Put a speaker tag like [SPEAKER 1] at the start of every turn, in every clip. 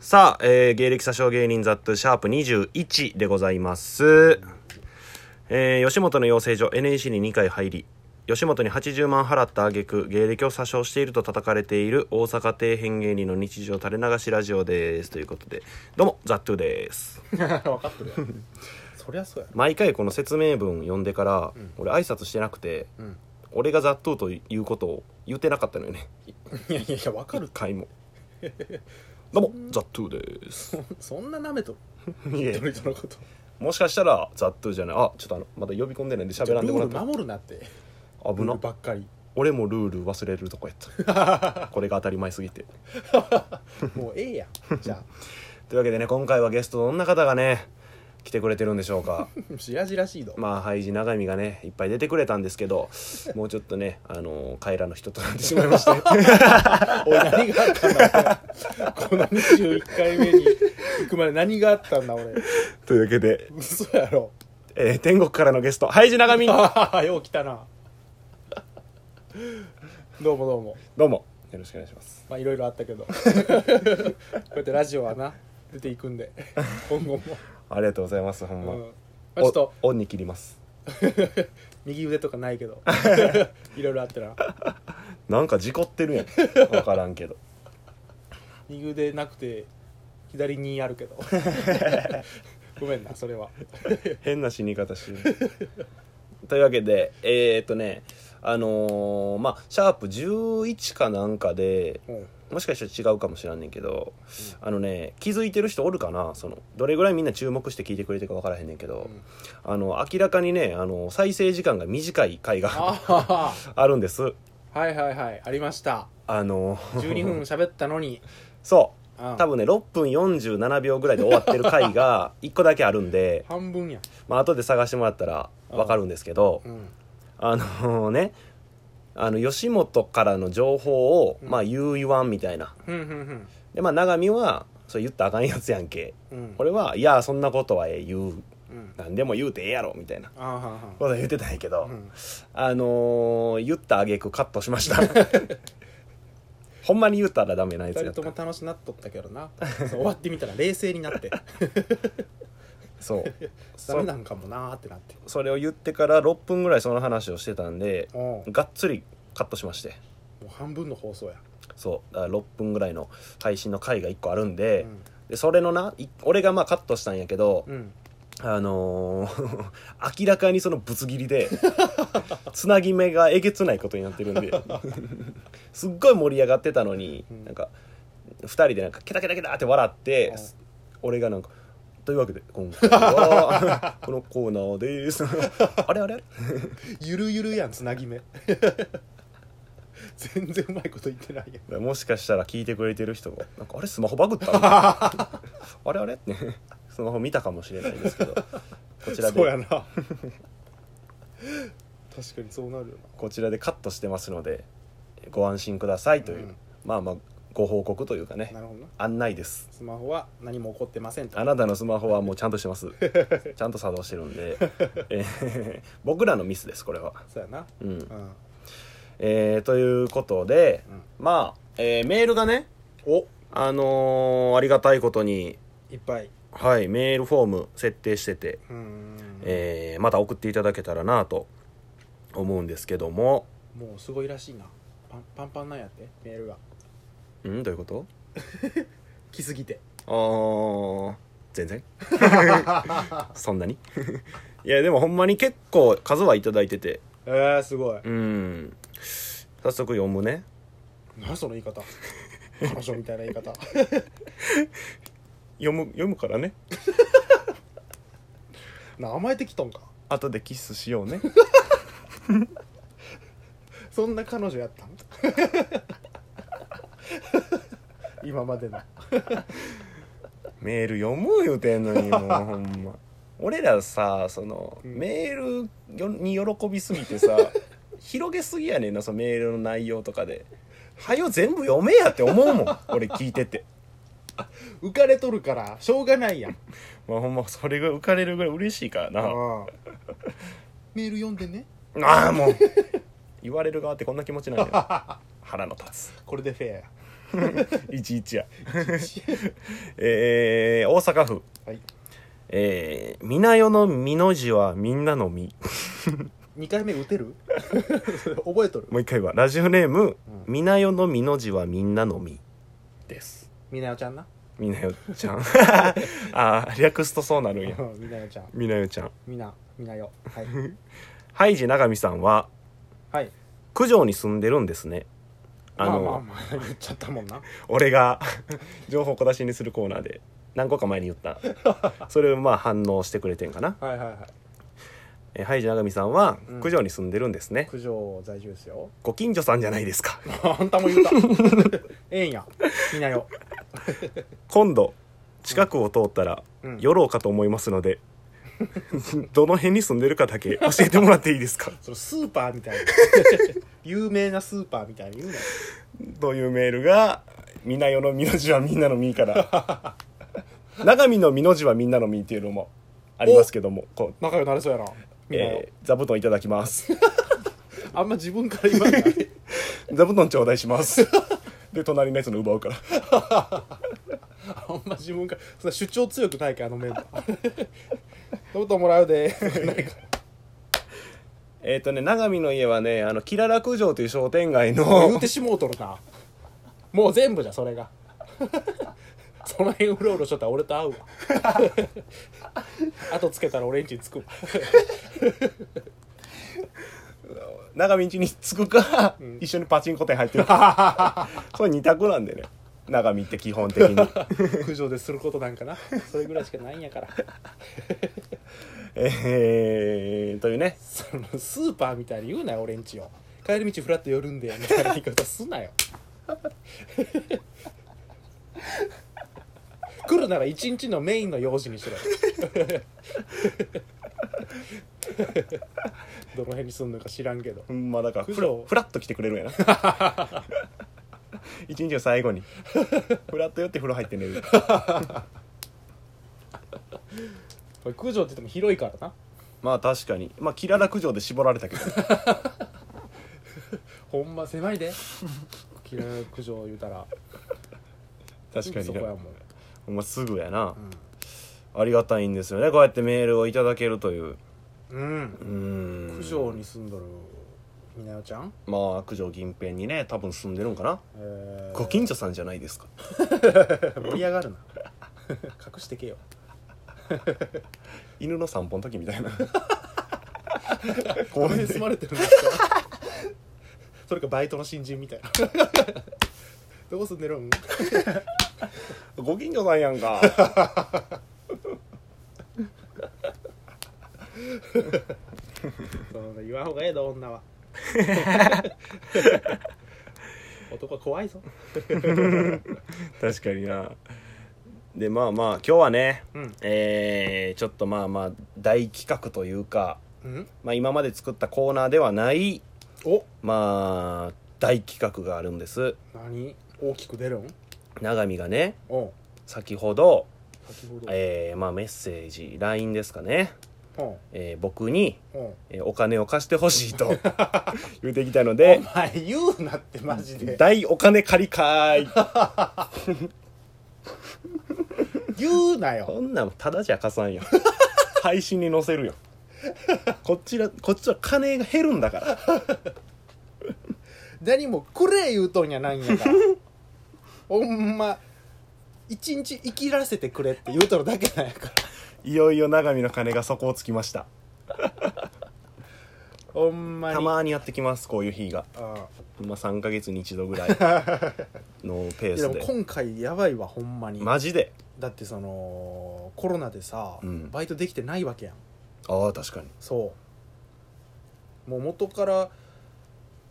[SPEAKER 1] さあ、えー、芸歴詐称芸人ザットシャープ21でございます。えー、吉本の養成所 NEC に2回入り、吉本に80万払った挙句、芸歴を詐称していると叩かれている大阪底辺芸人の日常垂れ流しラジオです。ということで、どうも、ザットゥです。
[SPEAKER 2] 分かってるやん そりゃそうや
[SPEAKER 1] 毎回この説明文読んでから、俺挨拶してなくて、
[SPEAKER 2] ん
[SPEAKER 1] 俺がザットゥということを言ってなかったのよね。
[SPEAKER 2] いやいやいや分かる
[SPEAKER 1] 一回も。どうも、ザットゥです。
[SPEAKER 2] そんな舐めと
[SPEAKER 1] いえ
[SPEAKER 2] る人々のこと
[SPEAKER 1] もしかしたらザットゥじゃないあちょっとあのまだ呼び込んでないんで
[SPEAKER 2] ル
[SPEAKER 1] 喋らんでもら
[SPEAKER 2] ー
[SPEAKER 1] っ
[SPEAKER 2] ル
[SPEAKER 1] て
[SPEAKER 2] 守るなって
[SPEAKER 1] 危な
[SPEAKER 2] ルールばっかり
[SPEAKER 1] 俺もルール忘れるとこやったこれが当た り前すぎて
[SPEAKER 2] もうええやんじゃ
[SPEAKER 1] というわけでね今回はゲストどんな方がね来てくれてるんでしょうか
[SPEAKER 2] あ しらじらしいど
[SPEAKER 1] まあハイジ長見がねいっぱい出てくれたんですけどもうちょっとねあの帰らぬ人となってしまいまして
[SPEAKER 2] おい何があったんだ俺この21回目に行くまで何があったんだ俺
[SPEAKER 1] というわけで、
[SPEAKER 2] 嘘やろ
[SPEAKER 1] えー天国からのゲストハイジ長見ど
[SPEAKER 2] あ あよう来たなどうもどうも
[SPEAKER 1] うもよろしくお願いします
[SPEAKER 2] まあいろいろあっ たけどこうやってラジオはな出ていく んで今後も、
[SPEAKER 1] ありがとうございますほん
[SPEAKER 2] うん
[SPEAKER 1] ま、
[SPEAKER 2] まあ、ちょっと
[SPEAKER 1] おオンに切ります
[SPEAKER 2] 右腕とかないけどいろいろあってな
[SPEAKER 1] なんか事故ってるやん分からんけど
[SPEAKER 2] 右腕なくて左にあるけどごめんなそれは
[SPEAKER 1] 変な死に方してる というわけでえーっとねあのーまあシャープ11かなんかで
[SPEAKER 2] うん
[SPEAKER 1] もしかしたら違うかもしらんねんけど、あのね気づいてる人おるかなそのどれぐらいみんな注目して聞いてくれてるか分からへんねんけど、
[SPEAKER 2] ん
[SPEAKER 1] あの明らかにねあの再生時間が短い回が
[SPEAKER 2] あ
[SPEAKER 1] あるんです
[SPEAKER 2] あはいはいはいありました
[SPEAKER 1] あのー
[SPEAKER 2] 12分喋ったのに、
[SPEAKER 1] そう
[SPEAKER 2] うん、
[SPEAKER 1] 多分ね6分47秒ぐらいで終わってる回が1個だけあるんで
[SPEAKER 2] 半分や
[SPEAKER 1] まあ後で探してもらったら分かるんですけど、
[SPEAKER 2] うん
[SPEAKER 1] あのねあの吉本からの情報を、
[SPEAKER 2] うん
[SPEAKER 1] まあ言う言わんみたいな
[SPEAKER 2] ふんふんふん
[SPEAKER 1] でまあ永見はそれ言ったらあかんやつやんけ
[SPEAKER 2] うん
[SPEAKER 1] 俺はいやそんなことはええ言う
[SPEAKER 2] うん
[SPEAKER 1] 何でも言うてええやろみたいなこ
[SPEAKER 2] ああはんは
[SPEAKER 1] とは言ってたんやけど、
[SPEAKER 2] んうん
[SPEAKER 1] あのー言った挙句カットしま したほんまに言ったらダメなや
[SPEAKER 2] 二
[SPEAKER 1] つや
[SPEAKER 2] 人
[SPEAKER 1] った
[SPEAKER 2] とも楽しなっとったけどなそう終わってみたら冷静になって
[SPEAKER 1] そう
[SPEAKER 2] ダ
[SPEAKER 1] そ
[SPEAKER 2] メなんかもなーってなって
[SPEAKER 1] それを言ってから6分ぐらいその話をしてたんで
[SPEAKER 2] うんも
[SPEAKER 1] がっつりカットしまして
[SPEAKER 2] う半分の放送や、
[SPEAKER 1] そうだから6分ぐらいの配信の回が1個あるんで、
[SPEAKER 2] うん
[SPEAKER 1] でそれのない俺がまあカットしたんやけど、
[SPEAKER 2] うん、
[SPEAKER 1] あのー 明らかにそのぶつ切り でつなぎ目がえげつないことになってるんですっごい盛り上がってたのに、
[SPEAKER 2] うん
[SPEAKER 1] なんか2人でなんかケタケタケタって笑って、
[SPEAKER 2] うん
[SPEAKER 1] 俺がなんか「というわけで今回 はこのコーナーです」あれあれ
[SPEAKER 2] ゆるゆるやんつなぎ目全然うまいこと言ってないやん
[SPEAKER 1] もしかしたら聞いてくれてる人が「なんかあれスマホバグった?」みたいなあれあれ?」 ってスマホ見たかもしれないです けどこちらで
[SPEAKER 2] そうやな確かにそうなるよ
[SPEAKER 1] こちらでカットしてますのでご安心くださいという、
[SPEAKER 2] うん
[SPEAKER 1] まあまあご報告というかね
[SPEAKER 2] ななるほどな
[SPEAKER 1] 案内です
[SPEAKER 2] スマホは何も起こってませんと
[SPEAKER 1] あなたのスマホはもうちゃんとしてます ちゃんと作動してるんで、 えー僕らのミスですこれは、
[SPEAKER 2] そうやな
[SPEAKER 1] うん
[SPEAKER 2] うん、うん、
[SPEAKER 1] えーということでまあ、えーメールがね
[SPEAKER 2] お
[SPEAKER 1] あのーありがたいことに
[SPEAKER 2] いっぱい
[SPEAKER 1] はいメールフォーム設定してて、
[SPEAKER 2] うーん
[SPEAKER 1] えーまた送っていただけたらなと思うんですけども
[SPEAKER 2] もうすごいらしいなパンパンパンなんやってメールが
[SPEAKER 1] んどういうこと
[SPEAKER 2] 来す ぎて
[SPEAKER 1] ああ全然そんなに いやでもほんまに結構数はいただいてて
[SPEAKER 2] えー、すごい
[SPEAKER 1] うん早速読むね
[SPEAKER 2] 何その言い方彼女みたいな言い方
[SPEAKER 1] 読む読むからね
[SPEAKER 2] な甘えてきとんか
[SPEAKER 1] 後でキスしよう ね
[SPEAKER 2] そんな彼女やった ん今までの
[SPEAKER 1] メール読む言うてんのに もうほんま俺らさその、
[SPEAKER 2] うん
[SPEAKER 1] メールよに喜びすぎてさ広げすぎやねんなそのメールの内容とかで「はよ全部読めや」って思うもん俺聞いてて
[SPEAKER 2] 浮かれとるからしょうがないやん
[SPEAKER 1] まあほんまそれが浮かれるぐらい嬉しいからな
[SPEAKER 2] メール読んでね
[SPEAKER 1] ああもう言われる側ってこんな気持ちなんだよ腹の立つ
[SPEAKER 2] これでフェアや
[SPEAKER 1] 11や えー大阪府
[SPEAKER 2] はい
[SPEAKER 1] えー、みなよのみの字はみんなのみ。
[SPEAKER 2] 2回目打て るそれ覚えとる
[SPEAKER 1] もう一回は、ラジオネーム、
[SPEAKER 2] うん
[SPEAKER 1] みなよのみの字はみんなのみ。です。
[SPEAKER 2] みなよちゃんな
[SPEAKER 1] みなよち ゃん。あー、略すとそうなるんや。
[SPEAKER 2] みなよちゃん
[SPEAKER 1] みなよちゃん。
[SPEAKER 2] みなみなよはい
[SPEAKER 1] ハイジ長見さんは、
[SPEAKER 2] はい
[SPEAKER 1] 九条に住んでるんですね。あの、
[SPEAKER 2] まあまあまあ言っちゃったもんな
[SPEAKER 1] 俺が 情報小出しにするコーナーで何個か前に言った。それをまあ反応してくれてんかな。
[SPEAKER 2] はいはいはい
[SPEAKER 1] えーハイジ長見さんは、
[SPEAKER 2] うん
[SPEAKER 1] 九条に住んでるんですね。
[SPEAKER 2] 九条在住ですよ
[SPEAKER 1] ご近所さんじゃないですか。
[SPEAKER 2] あんたも言うた ええんやみなよ
[SPEAKER 1] 今度近くを通ったら
[SPEAKER 2] うん
[SPEAKER 1] 寄ろうかと思いますので、 どの辺に住んでるかだけ教えてもらっていい ですか
[SPEAKER 2] そのスーパーみたいな 有名なスーパーみたいに言うなよ
[SPEAKER 1] というメールが「みなよのみの字はみんなのみ」から 「長見のみの字はみんなのみ」っていうのもありますけどもこう、
[SPEAKER 2] 仲良くなれそうやなみなよ、
[SPEAKER 1] えー座布団いただきます
[SPEAKER 2] あんま自分から言わない
[SPEAKER 1] 座布団頂戴しますで隣のやつの奪うから
[SPEAKER 2] あんま自分からそんな主張強くないからあのメンバ ーどうともらうでないから
[SPEAKER 1] えっ、とね長見の家はねあのキララ九条という商店街
[SPEAKER 2] 言
[SPEAKER 1] の
[SPEAKER 2] うてしもうとるなもう全部じゃそれがその辺うろうろしとったら俺と会う わ後つけたら俺んちにつくわ
[SPEAKER 1] 長見ん家に着くか、一緒にパチンコ店入ってる かそれ二択なんでね長見って基本的 に
[SPEAKER 2] 苦情ですることなんかなそれぐらいしかないんやから
[SPEAKER 1] えー、というね
[SPEAKER 2] そのスーパーみたいに言うなよ俺んちを帰り道フラッと寄るんでみたいな言い方すなよ来るなら一日のメインの用事にしろよどの辺に住んのか知らんけど
[SPEAKER 1] うんまあだから
[SPEAKER 2] 九
[SPEAKER 1] フラ
[SPEAKER 2] 条
[SPEAKER 1] フラッと来てくれるんやな 一日の最後に フラッと寄って風呂入って寝る
[SPEAKER 2] これ九条って言っても広いからな
[SPEAKER 1] まあ確かにまあキララ九条で絞られたけどね
[SPEAKER 2] ほんま狭いでキラー九条言うたら
[SPEAKER 1] 確か
[SPEAKER 2] そ
[SPEAKER 1] に
[SPEAKER 2] こやも、
[SPEAKER 1] なんほんますぐやな、ありがたいんですよねこうやってメールをいただけるという
[SPEAKER 2] うん
[SPEAKER 1] う、ん
[SPEAKER 2] 九条に住んどるみなよちゃん、
[SPEAKER 1] まあ九条近辺にね多分住んでるんかな
[SPEAKER 2] えー
[SPEAKER 1] ご近所さんじゃないですか
[SPEAKER 2] 盛り上がるな隠してけよ
[SPEAKER 1] 犬の散歩の時みた いな
[SPEAKER 2] こ
[SPEAKER 1] 公
[SPEAKER 2] れ
[SPEAKER 1] 園
[SPEAKER 2] に住
[SPEAKER 1] で
[SPEAKER 2] まれてるんですかそれかバイトの新人みたいなどこ住んでるん
[SPEAKER 1] ご近所さんやんか
[SPEAKER 2] そんな言わんほうがええだ女は 男は怖いぞ
[SPEAKER 1] 確かになでまあまあ今日はね、
[SPEAKER 2] うん
[SPEAKER 1] えーちょっとまあまあ大企画というか、
[SPEAKER 2] うん
[SPEAKER 1] まあ、今まで作ったコーナーではない
[SPEAKER 2] お
[SPEAKER 1] まあ大企画があるんです
[SPEAKER 2] 何大きく出るん
[SPEAKER 1] 永見がね
[SPEAKER 2] おう
[SPEAKER 1] 先ほど、
[SPEAKER 2] 先ほど
[SPEAKER 1] えーまあ、メッセージ LINE ですかね、
[SPEAKER 2] おう
[SPEAKER 1] えー僕に、
[SPEAKER 2] おう
[SPEAKER 1] えーお金を貸してほしい と言うてきたの
[SPEAKER 2] お
[SPEAKER 1] で
[SPEAKER 2] 前言うなってマジで
[SPEAKER 1] 大お金借りかーい
[SPEAKER 2] 言うなよ
[SPEAKER 1] こんなんただじゃ貸さんよ配信に載せるよこっちらこっちは金が減るんだから
[SPEAKER 2] 何もくれ言うとんやないん やからほんま一日生きらせてくれって言うとるだけなんやから
[SPEAKER 1] いよいよ永見の金が底をつきました
[SPEAKER 2] ほんまに
[SPEAKER 1] たまにやってきますこういう日が、
[SPEAKER 2] あ
[SPEAKER 1] まあ、3ヶ月に一度ぐ らいのペ
[SPEAKER 2] あ
[SPEAKER 1] ー
[SPEAKER 2] いや
[SPEAKER 1] ス
[SPEAKER 2] でも
[SPEAKER 1] で
[SPEAKER 2] 今回やばいわほんまに、
[SPEAKER 1] マジで
[SPEAKER 2] だってそのコロナでさ、
[SPEAKER 1] うん
[SPEAKER 2] バイトできてないわけやん
[SPEAKER 1] ああ確かに
[SPEAKER 2] そうもう元から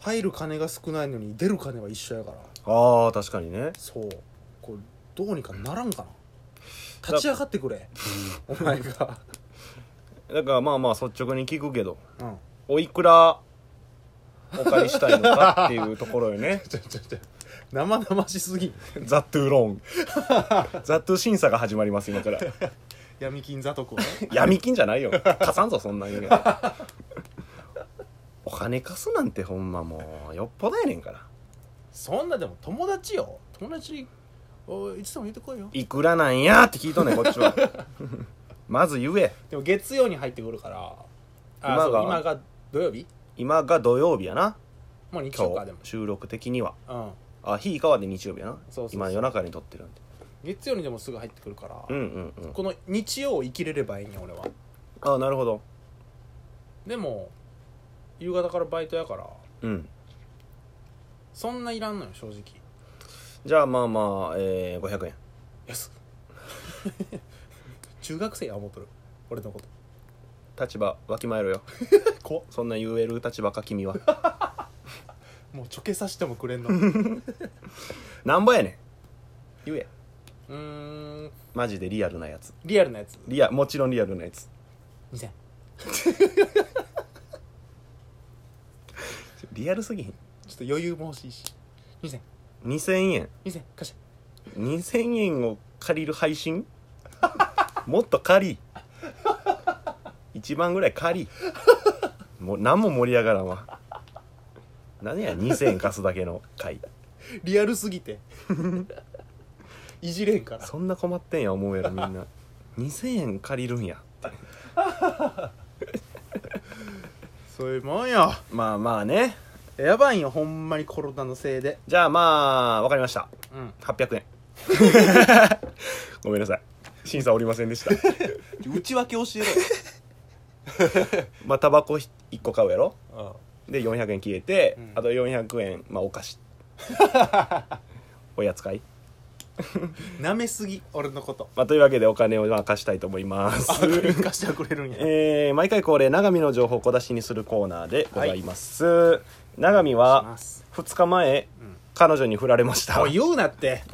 [SPEAKER 2] 入る金が少ないのに出る金は一緒やから
[SPEAKER 1] ああ確かにね
[SPEAKER 2] そうこれどうにかならんかな立ち上がってくれお前が
[SPEAKER 1] だからまあまあ率直に聞くけど
[SPEAKER 2] うん
[SPEAKER 1] おいくらお借りしたいのかっていうところよ ね
[SPEAKER 2] ちょちょちょ生々しすぎん
[SPEAKER 1] ザ・トゥ・ロー ンザ・トゥ審査が始まります今から
[SPEAKER 2] 闇金座徳をね
[SPEAKER 1] 闇金じゃないよ貸さんぞそんなん言うけどお金貸すなんてほんまもうよっぽどやねんから
[SPEAKER 2] そんなでも友達よ友達おいいつでも言ってこいよ
[SPEAKER 1] いくらなんやって聞いとんねんこっち はまず言え
[SPEAKER 2] でも月曜に入ってくるからあ
[SPEAKER 1] 今が
[SPEAKER 2] そう今が土曜日
[SPEAKER 1] 今が土曜日やな
[SPEAKER 2] もう日
[SPEAKER 1] 今
[SPEAKER 2] 曜か
[SPEAKER 1] 日
[SPEAKER 2] でも
[SPEAKER 1] 収録的には
[SPEAKER 2] うん
[SPEAKER 1] あ日川で日曜日やな
[SPEAKER 2] そうそうそう
[SPEAKER 1] 今夜中に撮ってるんで
[SPEAKER 2] 月曜にでもすぐ入ってくるから、
[SPEAKER 1] うんうんうん
[SPEAKER 2] この日曜を生きれればいいね俺は
[SPEAKER 1] あなるほど
[SPEAKER 2] でも夕方からバイトやから
[SPEAKER 1] うん
[SPEAKER 2] そんないらんのよ正直
[SPEAKER 1] じゃあまあまあ、えー、500円
[SPEAKER 2] 安 中学生や思っとる俺のこと
[SPEAKER 1] 立場わきまえろよ
[SPEAKER 2] え 怖っ
[SPEAKER 1] そんな言える立場か君は
[SPEAKER 2] もうちょけさしてもくれんの うー
[SPEAKER 1] なんぼやねん言え
[SPEAKER 2] ん
[SPEAKER 1] マジでリアルなやつ
[SPEAKER 2] リアルなやつ
[SPEAKER 1] リアもちろんリアルなやつ
[SPEAKER 2] 2000
[SPEAKER 1] リアルすぎへん
[SPEAKER 2] ちょっと余裕も欲しいし2000
[SPEAKER 1] 2000円
[SPEAKER 2] 2000貸して
[SPEAKER 1] 2000円を借りる配信 もっと借り1万ぐらい借りもう何も盛り上がらんわ何や2000円貸すだけの回
[SPEAKER 2] リアルすぎて いじれんから
[SPEAKER 1] そんな困ってんや思うやろみんな2000円借りるんや
[SPEAKER 2] そういうもんよ
[SPEAKER 1] まあまあね
[SPEAKER 2] やばいんよほんまにコロナのせいで
[SPEAKER 1] じゃあまあわかりました
[SPEAKER 2] うん
[SPEAKER 1] 800円 ごめんなさい審査おりませんで した
[SPEAKER 2] 内訳教え
[SPEAKER 1] まあタバコ1個買うやろ
[SPEAKER 2] ろよ
[SPEAKER 1] で400円消えて、
[SPEAKER 2] うん
[SPEAKER 1] あと400円、まあ、お菓子 おやつ買い、
[SPEAKER 2] なめすぎ俺のこと
[SPEAKER 1] まあ、というわけでお金をまあ貸したいと思います
[SPEAKER 2] あ 行かしてはくれるんや
[SPEAKER 1] えー毎回恒例長見の情報を小出しにするコーナーでございます、長見は
[SPEAKER 2] す
[SPEAKER 1] 2日前、
[SPEAKER 2] ん
[SPEAKER 1] 彼女に振られました
[SPEAKER 2] おい言うなって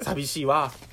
[SPEAKER 2] 寂しいわ